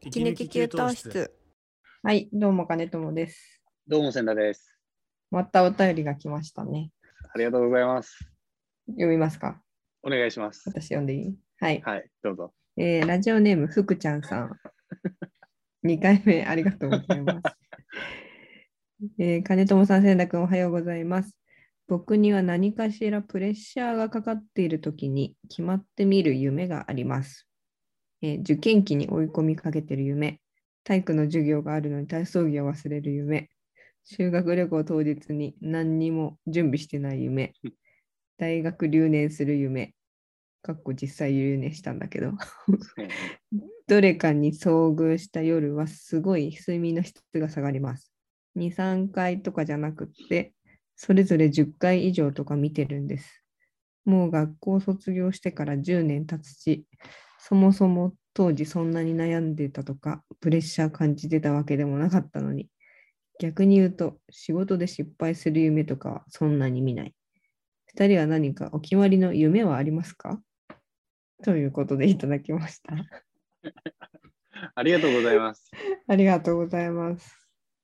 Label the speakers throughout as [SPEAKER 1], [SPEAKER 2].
[SPEAKER 1] 息抜き給湯室。
[SPEAKER 2] はい、どうも金友です。
[SPEAKER 3] どうも、千田です。
[SPEAKER 2] またお便りが来ましたね。
[SPEAKER 3] ありがとうございます。
[SPEAKER 2] 読みますか
[SPEAKER 3] お願いします。
[SPEAKER 2] 私読んでいいはい、
[SPEAKER 3] はい、どうぞ。
[SPEAKER 2] えーラジオネームふくちゃんさん。2回目ありがとうございます。 えー金友さん、千田君おはようございます。僕には何かしらプレッシャーがかかっているときに決まってみる夢があります、えー受験期に追い込みかけてる夢、体育の授業があるのに体操着を忘れる夢、修学旅行当日に何にも準備してない夢、大学留年する夢、かっこ実際留年したんだけど、どれかに遭遇した夜はすごい睡眠の質が下がります。2、3回とかじゃなくって、それぞれ10回以上とか見てるんです。もう学校卒業してから10年経つし、そもそも当時そんなに悩んでたとか、プレッシャー感じてたわけでもなかったのに、逆に言うと仕事で失敗する夢とかはそんなに見ない。2人は何かお決まりの夢はありますかということでいただきました。
[SPEAKER 3] ありがとうございます。
[SPEAKER 2] ありがとうございます。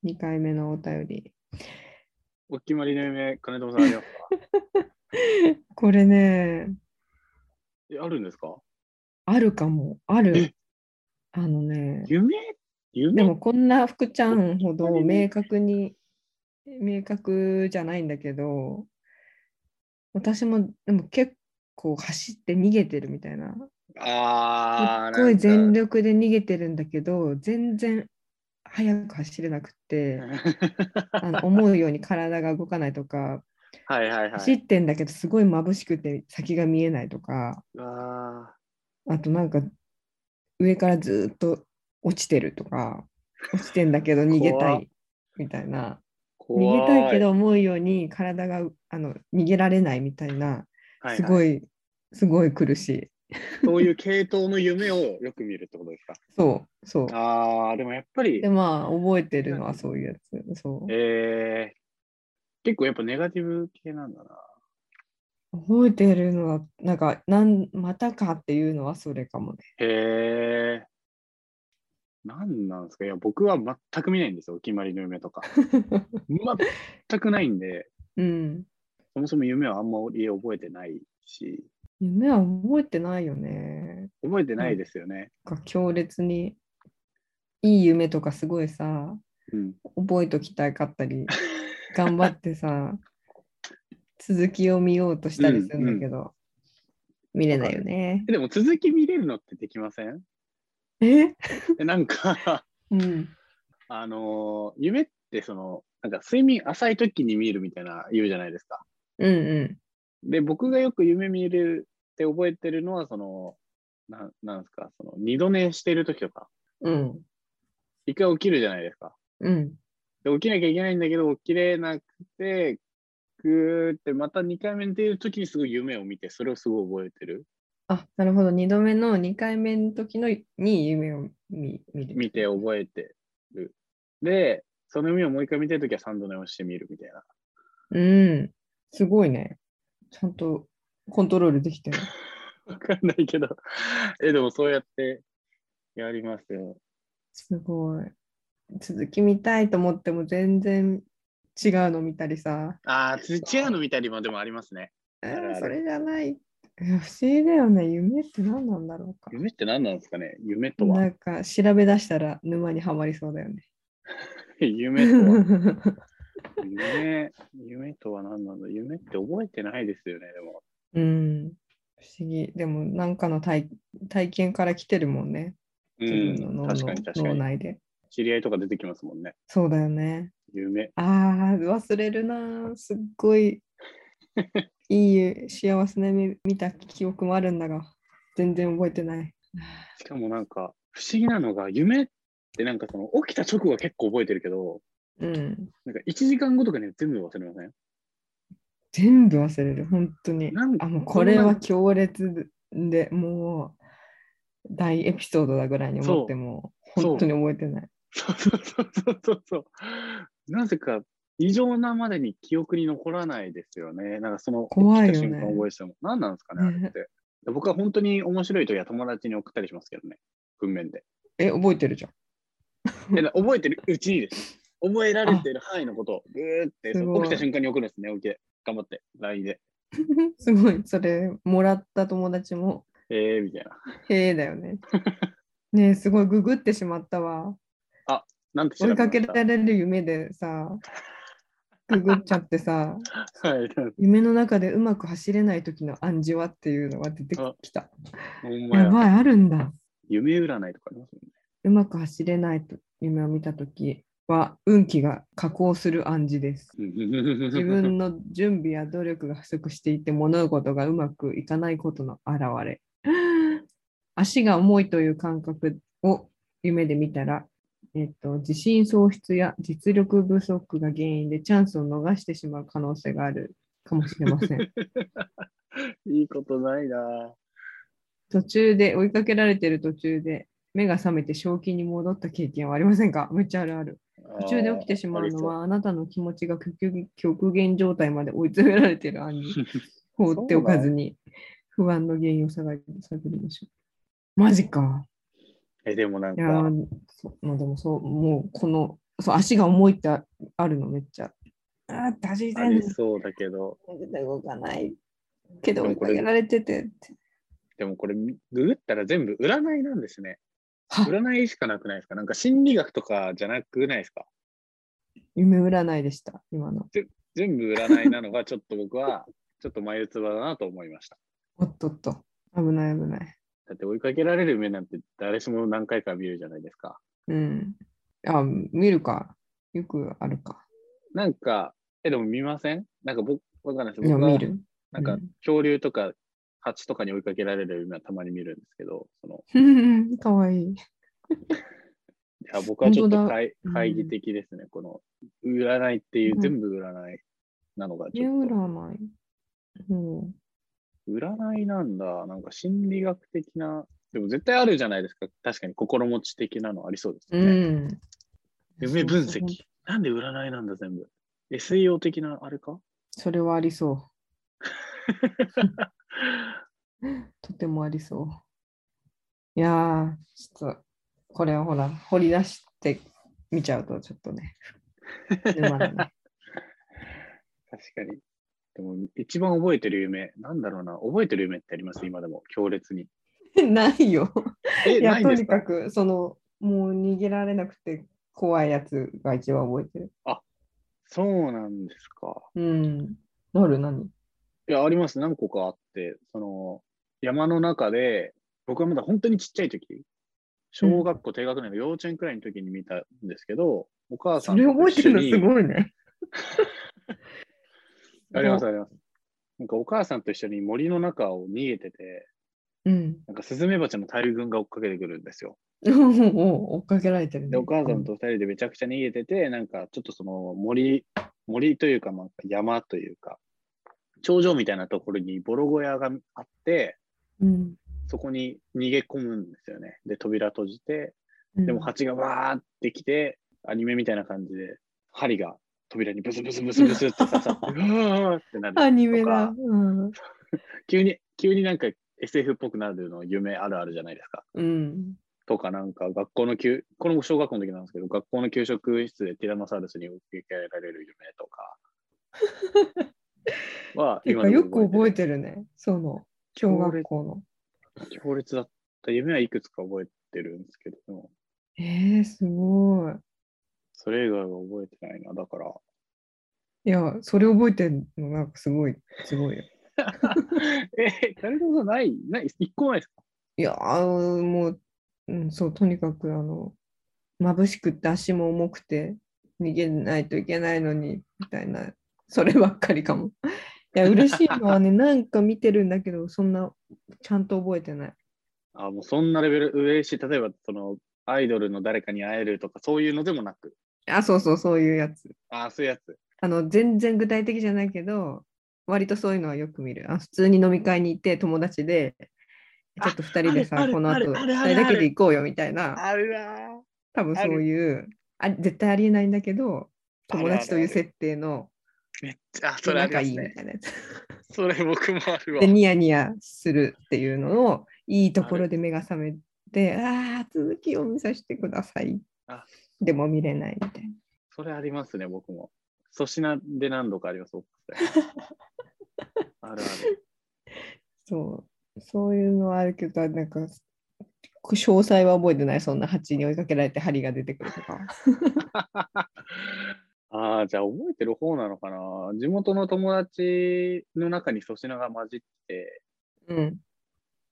[SPEAKER 2] 2回目のお便り。
[SPEAKER 3] お決まりの夢、金友さんありますか
[SPEAKER 2] これね、
[SPEAKER 3] えあるんですか
[SPEAKER 2] あるかも。ある
[SPEAKER 3] え。
[SPEAKER 2] あのね、
[SPEAKER 3] 夢
[SPEAKER 2] で
[SPEAKER 3] 夢
[SPEAKER 2] もこんな福ちゃんほど明確に、明確じゃないんだけど、私もでも結構走って逃げてるみたいな。
[SPEAKER 3] あー
[SPEAKER 2] すっごい全
[SPEAKER 3] なんか
[SPEAKER 2] 力で逃げてるんだけど、全然速く走れなくて、あの思うように体が動かないとか、
[SPEAKER 3] はいはいは
[SPEAKER 2] 走
[SPEAKER 3] い。
[SPEAKER 2] ってんだけどすごい眩しくて先が見えないとか
[SPEAKER 3] あ
[SPEAKER 2] あとなんか上からずーっと落ちてるとか落ちてんだけど逃げた
[SPEAKER 3] 怖っ
[SPEAKER 2] いみたいな
[SPEAKER 3] ー
[SPEAKER 2] 逃げ
[SPEAKER 3] 怖
[SPEAKER 2] たいけど思うように体があの逃げられないみたいなすご
[SPEAKER 3] いはい
[SPEAKER 2] すごい苦しい
[SPEAKER 3] そういう系統の夢をよく見るってことですか。
[SPEAKER 2] そうそう
[SPEAKER 3] ああ、でもやっぱり
[SPEAKER 2] で、まあ覚えてるのはそういうやつそう
[SPEAKER 3] えー、結構やっぱネガティブ系なんだな。
[SPEAKER 2] 覚えてるのはなんかなんまたかっていうのはそれかもね
[SPEAKER 3] へえ。なんなんですかいや、僕は全く見ないんですよ、お決まりの夢 とか。全くないんで、
[SPEAKER 2] うん
[SPEAKER 3] そもそも夢はあんまり覚えてないし、
[SPEAKER 2] 夢は覚えてないよね
[SPEAKER 3] 覚えてないですよね。
[SPEAKER 2] なんか強烈にいい夢とかすごいさ
[SPEAKER 3] うん。
[SPEAKER 2] 覚えときたかった り頑張ってさ続きを見ようとしたりするんだけど、見れないよね。
[SPEAKER 3] えでも続き見れるのってできません
[SPEAKER 2] え
[SPEAKER 3] えなんか、
[SPEAKER 2] うん
[SPEAKER 3] あのー夢ってその、なんか睡眠浅い時に見るみたいな言うじゃないですか。
[SPEAKER 2] うんう
[SPEAKER 3] で、僕がよく夢見るって覚えてるのは、その、なんなんですか、その二度寝してる時とか、
[SPEAKER 2] んうん
[SPEAKER 3] 一回起きるじゃないですか。
[SPEAKER 2] うん
[SPEAKER 3] で起きなきゃいけないんだけど、起きれなくて、ぐーってまた2回目出るときにすごい夢を見て、それをすごい覚えてる。
[SPEAKER 2] あなるほど2度目の2回目の時のに夢を見見る。
[SPEAKER 3] 見て覚えてる。で、その夢をもう一回見てるときは3度寝をしてみるみたいな。
[SPEAKER 2] うんすごいねちゃんとコントロールできてる。
[SPEAKER 3] わかんないけど。 え、でもそうやってやりますよ。
[SPEAKER 2] すごい。続き見たいと思っても全然違うの見たりさ、
[SPEAKER 3] ああ、土屋の見たりもでもありますね。
[SPEAKER 2] あ
[SPEAKER 3] るある
[SPEAKER 2] ーそれじゃない。いや不思議だよね。夢って何なんだろうか。
[SPEAKER 3] 夢って何なんですかね夢と
[SPEAKER 2] な
[SPEAKER 3] は。
[SPEAKER 2] んか調べ出したら沼にはまりそうだよね。
[SPEAKER 3] 夢とは。夢、夢とは何なんだ夢って覚えてないですよね、でも。
[SPEAKER 2] うん。不思議。でもなんかの体体験から来てるもんね。
[SPEAKER 3] う
[SPEAKER 2] 自分の
[SPEAKER 3] ん、
[SPEAKER 2] 脳
[SPEAKER 3] 確
[SPEAKER 2] の
[SPEAKER 3] かに確か
[SPEAKER 2] 脳
[SPEAKER 3] に。
[SPEAKER 2] 内で。
[SPEAKER 3] 知り合いとか出てきますもんね。
[SPEAKER 2] そうだよね。
[SPEAKER 3] 夢。
[SPEAKER 2] ああ、忘れるなー。すっご いいい幸せな夢見た記憶もあるんだが、全然覚えてない。
[SPEAKER 3] しかもなんか、不思議なのが、夢ってなんかその、起きた直後は結構覚えてるけど、
[SPEAKER 2] うん、
[SPEAKER 3] なんか1時間後とかには全部忘れません
[SPEAKER 2] 全部忘れる、本当に
[SPEAKER 3] なん。
[SPEAKER 2] あもう
[SPEAKER 3] こ
[SPEAKER 2] こ
[SPEAKER 3] んな
[SPEAKER 2] れは強烈で、もう大エピソードだぐらいに思っても、
[SPEAKER 3] そう
[SPEAKER 2] 本当に覚えてない。
[SPEAKER 3] そうそうそうそうそう。なぜか、異常なまでに記憶に残らないですよね。なんかその、
[SPEAKER 2] 怖いよね
[SPEAKER 3] 起きた瞬間覚えてたも何なんですかね、あれって。僕は本当に面白い時は友達に送ったりしますけどね、文面で。
[SPEAKER 2] え、覚えてるじゃん。
[SPEAKER 3] えな覚えてるうちにです。覚えられてる範囲のことを、ぐーって、
[SPEAKER 2] す
[SPEAKER 3] そ
[SPEAKER 2] ご
[SPEAKER 3] う
[SPEAKER 2] い
[SPEAKER 3] 起きた瞬間に送るんですね、起きて。頑張って、LINE で。
[SPEAKER 2] すごい、それ、もらった友達も、
[SPEAKER 3] えー、みたいな。
[SPEAKER 2] へえだよ ね。ねえすごい、ググってしまったわ。
[SPEAKER 3] なんて調
[SPEAKER 2] 追
[SPEAKER 3] べ
[SPEAKER 2] い
[SPEAKER 3] ま
[SPEAKER 2] か
[SPEAKER 3] し
[SPEAKER 2] け
[SPEAKER 3] た
[SPEAKER 2] られる夢でさ、ググっちゃってさ、
[SPEAKER 3] はい、
[SPEAKER 2] 夢の中でうまく走れない時の暗示はっていうのが出てきた。
[SPEAKER 3] ほんま
[SPEAKER 2] や
[SPEAKER 3] や。
[SPEAKER 2] ばい、あるんだ。
[SPEAKER 3] 夢占いとかありますよね。
[SPEAKER 2] うまく走れないと夢を見た時は、運気が下降する暗示です。自
[SPEAKER 3] 自
[SPEAKER 2] 分の準備や努力が不足していて物事がうまくいかないことの現れ足が重いという感覚を夢で見たら、えっと、自信喪失や実力不足が原因でチャンスを逃してしまう可能性があるかもしれません
[SPEAKER 3] いいことないなぁ
[SPEAKER 2] 途中で追いかけられている途中で目が覚めて正気に戻った経験はありませんかめっちゃあるある途中で起きてしまうの。はあなたの気持ちが極限極限状態まで追い詰められている案 に放っておかずに不安の原因を探り探りましょう。マジか。
[SPEAKER 3] あーありそうえ、でもなん
[SPEAKER 2] い
[SPEAKER 3] か、
[SPEAKER 2] やーそうまあでもそう、もうこのそう足が重いってああるのめっちゃ。あー、足
[SPEAKER 3] あ
[SPEAKER 2] 全
[SPEAKER 3] り
[SPEAKER 2] 然
[SPEAKER 3] そうだけど、
[SPEAKER 2] 動かない。けど
[SPEAKER 3] で
[SPEAKER 2] 追
[SPEAKER 3] も
[SPEAKER 2] い
[SPEAKER 3] こ
[SPEAKER 2] か
[SPEAKER 3] れ
[SPEAKER 2] けられてて。
[SPEAKER 3] でもこれ、ググったら全部占いなんですね。
[SPEAKER 2] は
[SPEAKER 3] 占いしかなくないですかなんか心理学とかじゃなくないですか
[SPEAKER 2] 夢占いでした、今の。
[SPEAKER 3] 全部占いなのが、ちょっと僕は、ちょっと眉唾だなと思いました。
[SPEAKER 2] おっとっと。危ない危ない。
[SPEAKER 3] だって追いかけられる夢なんて誰しも何回か見るじゃないですか。
[SPEAKER 2] うん。あ、見るか。よくあるか。
[SPEAKER 3] なんか、え、でも見ませんなんか僕、わかんないです。
[SPEAKER 2] いや、
[SPEAKER 3] 僕は
[SPEAKER 2] 見る。
[SPEAKER 3] なんか
[SPEAKER 2] うん
[SPEAKER 3] 恐竜とか蜂とかに追いかけられる夢はたまに見るんですけど、その
[SPEAKER 2] かわいい。
[SPEAKER 3] いや僕はちょっと
[SPEAKER 2] 本当だ
[SPEAKER 3] 懐
[SPEAKER 2] うん
[SPEAKER 3] 懐疑的ですね、この占いっていううん全部占いなのがち
[SPEAKER 2] 夢
[SPEAKER 3] ょっと、
[SPEAKER 2] 占い。うん
[SPEAKER 3] 占いなんだ、なんか心理学的な、でも絶対あるじゃないですか、確かに心持ち的なのありそうです
[SPEAKER 2] う
[SPEAKER 3] よね。
[SPEAKER 2] ん。
[SPEAKER 3] 夢分析
[SPEAKER 2] そうそう。
[SPEAKER 3] なんで占いなんだ全部 ?SEO 的なあれか
[SPEAKER 2] それはあり そう。とてもありそう。いやー、ちょっと、これをほら、掘り出して見ちゃうと、ちょっとね。沼だね。
[SPEAKER 3] 確かに。でも一番覚えてる夢、なんだろうな、覚えてる夢ってあります今でも、強烈に。
[SPEAKER 2] ないよ。
[SPEAKER 3] え、
[SPEAKER 2] いや、
[SPEAKER 3] ないん
[SPEAKER 2] と
[SPEAKER 3] です
[SPEAKER 2] に
[SPEAKER 3] か
[SPEAKER 2] かく、その、もう逃げられなくて怖いやつが一番覚えてる。
[SPEAKER 3] そうなんですか。
[SPEAKER 2] うん。なる、何
[SPEAKER 3] いや、あります。何個かあって、その、山の中で、僕はまだ本当にちっちゃい時、小学校低学年の幼稚園くらいの時に見たんですけど、お母さ
[SPEAKER 2] そ
[SPEAKER 3] ん
[SPEAKER 2] れ
[SPEAKER 3] と
[SPEAKER 2] 覚えてるの
[SPEAKER 3] 一緒に
[SPEAKER 2] すごいね。
[SPEAKER 3] あります、あります。なんかお母さんと一緒に森の中を逃げてて、
[SPEAKER 2] うん。
[SPEAKER 3] なんかスズメバチの大群が追っかけてくるんですよ。
[SPEAKER 2] 追っかけられてるね。
[SPEAKER 3] で、お母さんと二人でめちゃくちゃ逃げてて、なんかちょっとその森、森というか、まあ山というか、頂上みたいなところにボロ小屋があって、
[SPEAKER 2] うん、
[SPEAKER 3] そこに逃げ込むんですよね。で、扉閉じて、
[SPEAKER 2] うん。
[SPEAKER 3] でも蜂がわーってきて、アニメみたいな感じで、針が扉にブスブスブスブスっ て刺さって、うわーってなる。
[SPEAKER 2] アニメ
[SPEAKER 3] と
[SPEAKER 2] だ。
[SPEAKER 3] か
[SPEAKER 2] うん。
[SPEAKER 3] 急に、急になんか SF っぽくなるの夢あるあるじゃないですか。
[SPEAKER 2] うん。
[SPEAKER 3] とかなんか学校の給、これも小学校の時なんですけど、学校の給食室でティラノサウルスに受けられる夢とか は
[SPEAKER 2] てかよく覚え
[SPEAKER 3] て
[SPEAKER 2] てるね。その、小学校の。
[SPEAKER 3] る。強烈だった夢はいくつか覚えてるんですけど、
[SPEAKER 2] えー、すごい。
[SPEAKER 3] それ以外は覚えてないな。だから、
[SPEAKER 2] いや、それ覚えてるの、なんかすごい、すごいよ。
[SPEAKER 3] え、誰でもない、ない、一個もないですか
[SPEAKER 2] いやー、もう、うん、そう、とにかく、あの、眩しくって足も重くて、逃げないといけないのに、みたいな、そればっかりかも。いや、嬉しいのは ね、なんか見てるんだけど、そんな、ちゃんと覚えてない。
[SPEAKER 3] あ、もうそんなレベル上し、例えば、その、アイドルの誰かに会えるとか、そういうのでもなく。
[SPEAKER 2] あ、そうそう、そういうやつ。
[SPEAKER 3] あ、そういうやつ。
[SPEAKER 2] あの全然具体的じゃないけど、割とそういうのはよく見る。あ普通に飲み会に行って友達で、ちょっと2人で
[SPEAKER 3] ああ
[SPEAKER 2] さ、
[SPEAKER 3] る
[SPEAKER 2] この
[SPEAKER 3] ある
[SPEAKER 2] 後
[SPEAKER 3] あるある
[SPEAKER 2] 2人だけで行こうよみたいな、
[SPEAKER 3] るわ
[SPEAKER 2] 多分そういう、あ絶対ありえないんだけど、
[SPEAKER 3] あるある
[SPEAKER 2] 友達という設定の
[SPEAKER 3] めっちゃ、あ、それあり
[SPEAKER 2] 仲
[SPEAKER 3] ま
[SPEAKER 2] いい
[SPEAKER 3] す
[SPEAKER 2] み
[SPEAKER 3] ね。
[SPEAKER 2] たいなやつ。
[SPEAKER 3] それ僕もあるわ
[SPEAKER 2] で、。ニヤニヤするっていうのを、いいところで目が覚めて、ああ、続きを見させてください
[SPEAKER 3] あ。
[SPEAKER 2] でも見れないみたいな。
[SPEAKER 3] それありますね、僕も。粗品で何度かあります、僕 あるある。
[SPEAKER 2] そう、そういうのはあるけど、なんか、詳細は覚えてない、そんな蜂に追いかけられて針が出てくると か。
[SPEAKER 3] ああ、じゃあ覚えてる方なのかな。地元の友達の中に粗品が混じって、
[SPEAKER 2] うん。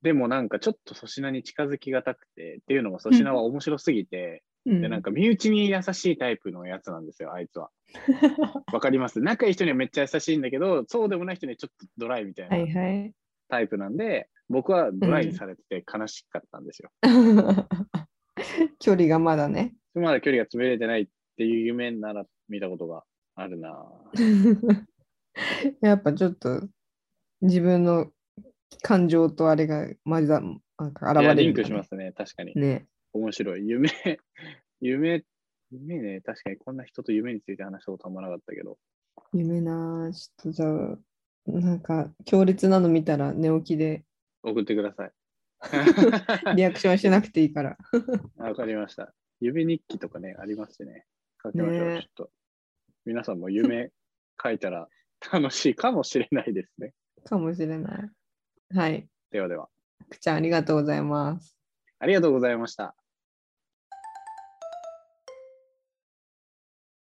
[SPEAKER 3] でもなんかちょっと粗品に近づきがたくて、っていうのも粗品は面白すぎて、
[SPEAKER 2] うん
[SPEAKER 3] で、なんか身内に優しいタイプのやつなんですよ、あい つは。わかります仲いい人にはめっちゃ優しいんだけど、そうでもない人にはちょっとドライみたい
[SPEAKER 2] はい
[SPEAKER 3] な
[SPEAKER 2] はい。
[SPEAKER 3] タイプなんで、僕はドライにされてて悲しかったんですよ。
[SPEAKER 2] 距離がまだね。
[SPEAKER 3] まだ距離が詰めれてないっていう夢なら見たことがあるな。
[SPEAKER 2] やっぱちょっと自分の感情とあれがまだなんか現
[SPEAKER 3] いや
[SPEAKER 2] れる
[SPEAKER 3] リン
[SPEAKER 2] んだ
[SPEAKER 3] クしますね、確かに。
[SPEAKER 2] ね。
[SPEAKER 3] 面白い。夢、夢、夢ね、確かにこんな人と夢について話したことあんまなかったけど。
[SPEAKER 2] 夢なあちょっとじゃあ、なんか強烈なの見たら寝起きで
[SPEAKER 3] 送ってくださ い。
[SPEAKER 2] リアクションしなくていいから。
[SPEAKER 3] わかりました。夢日記とかね、ありますしね。書きましょう、
[SPEAKER 2] ね
[SPEAKER 3] ちょっと。皆さんも夢書いたら楽しいかもしれないですね。
[SPEAKER 2] かもしれない。はい。
[SPEAKER 3] ではでは。
[SPEAKER 2] くちゃんありがとうございます。
[SPEAKER 3] ありがとうございました。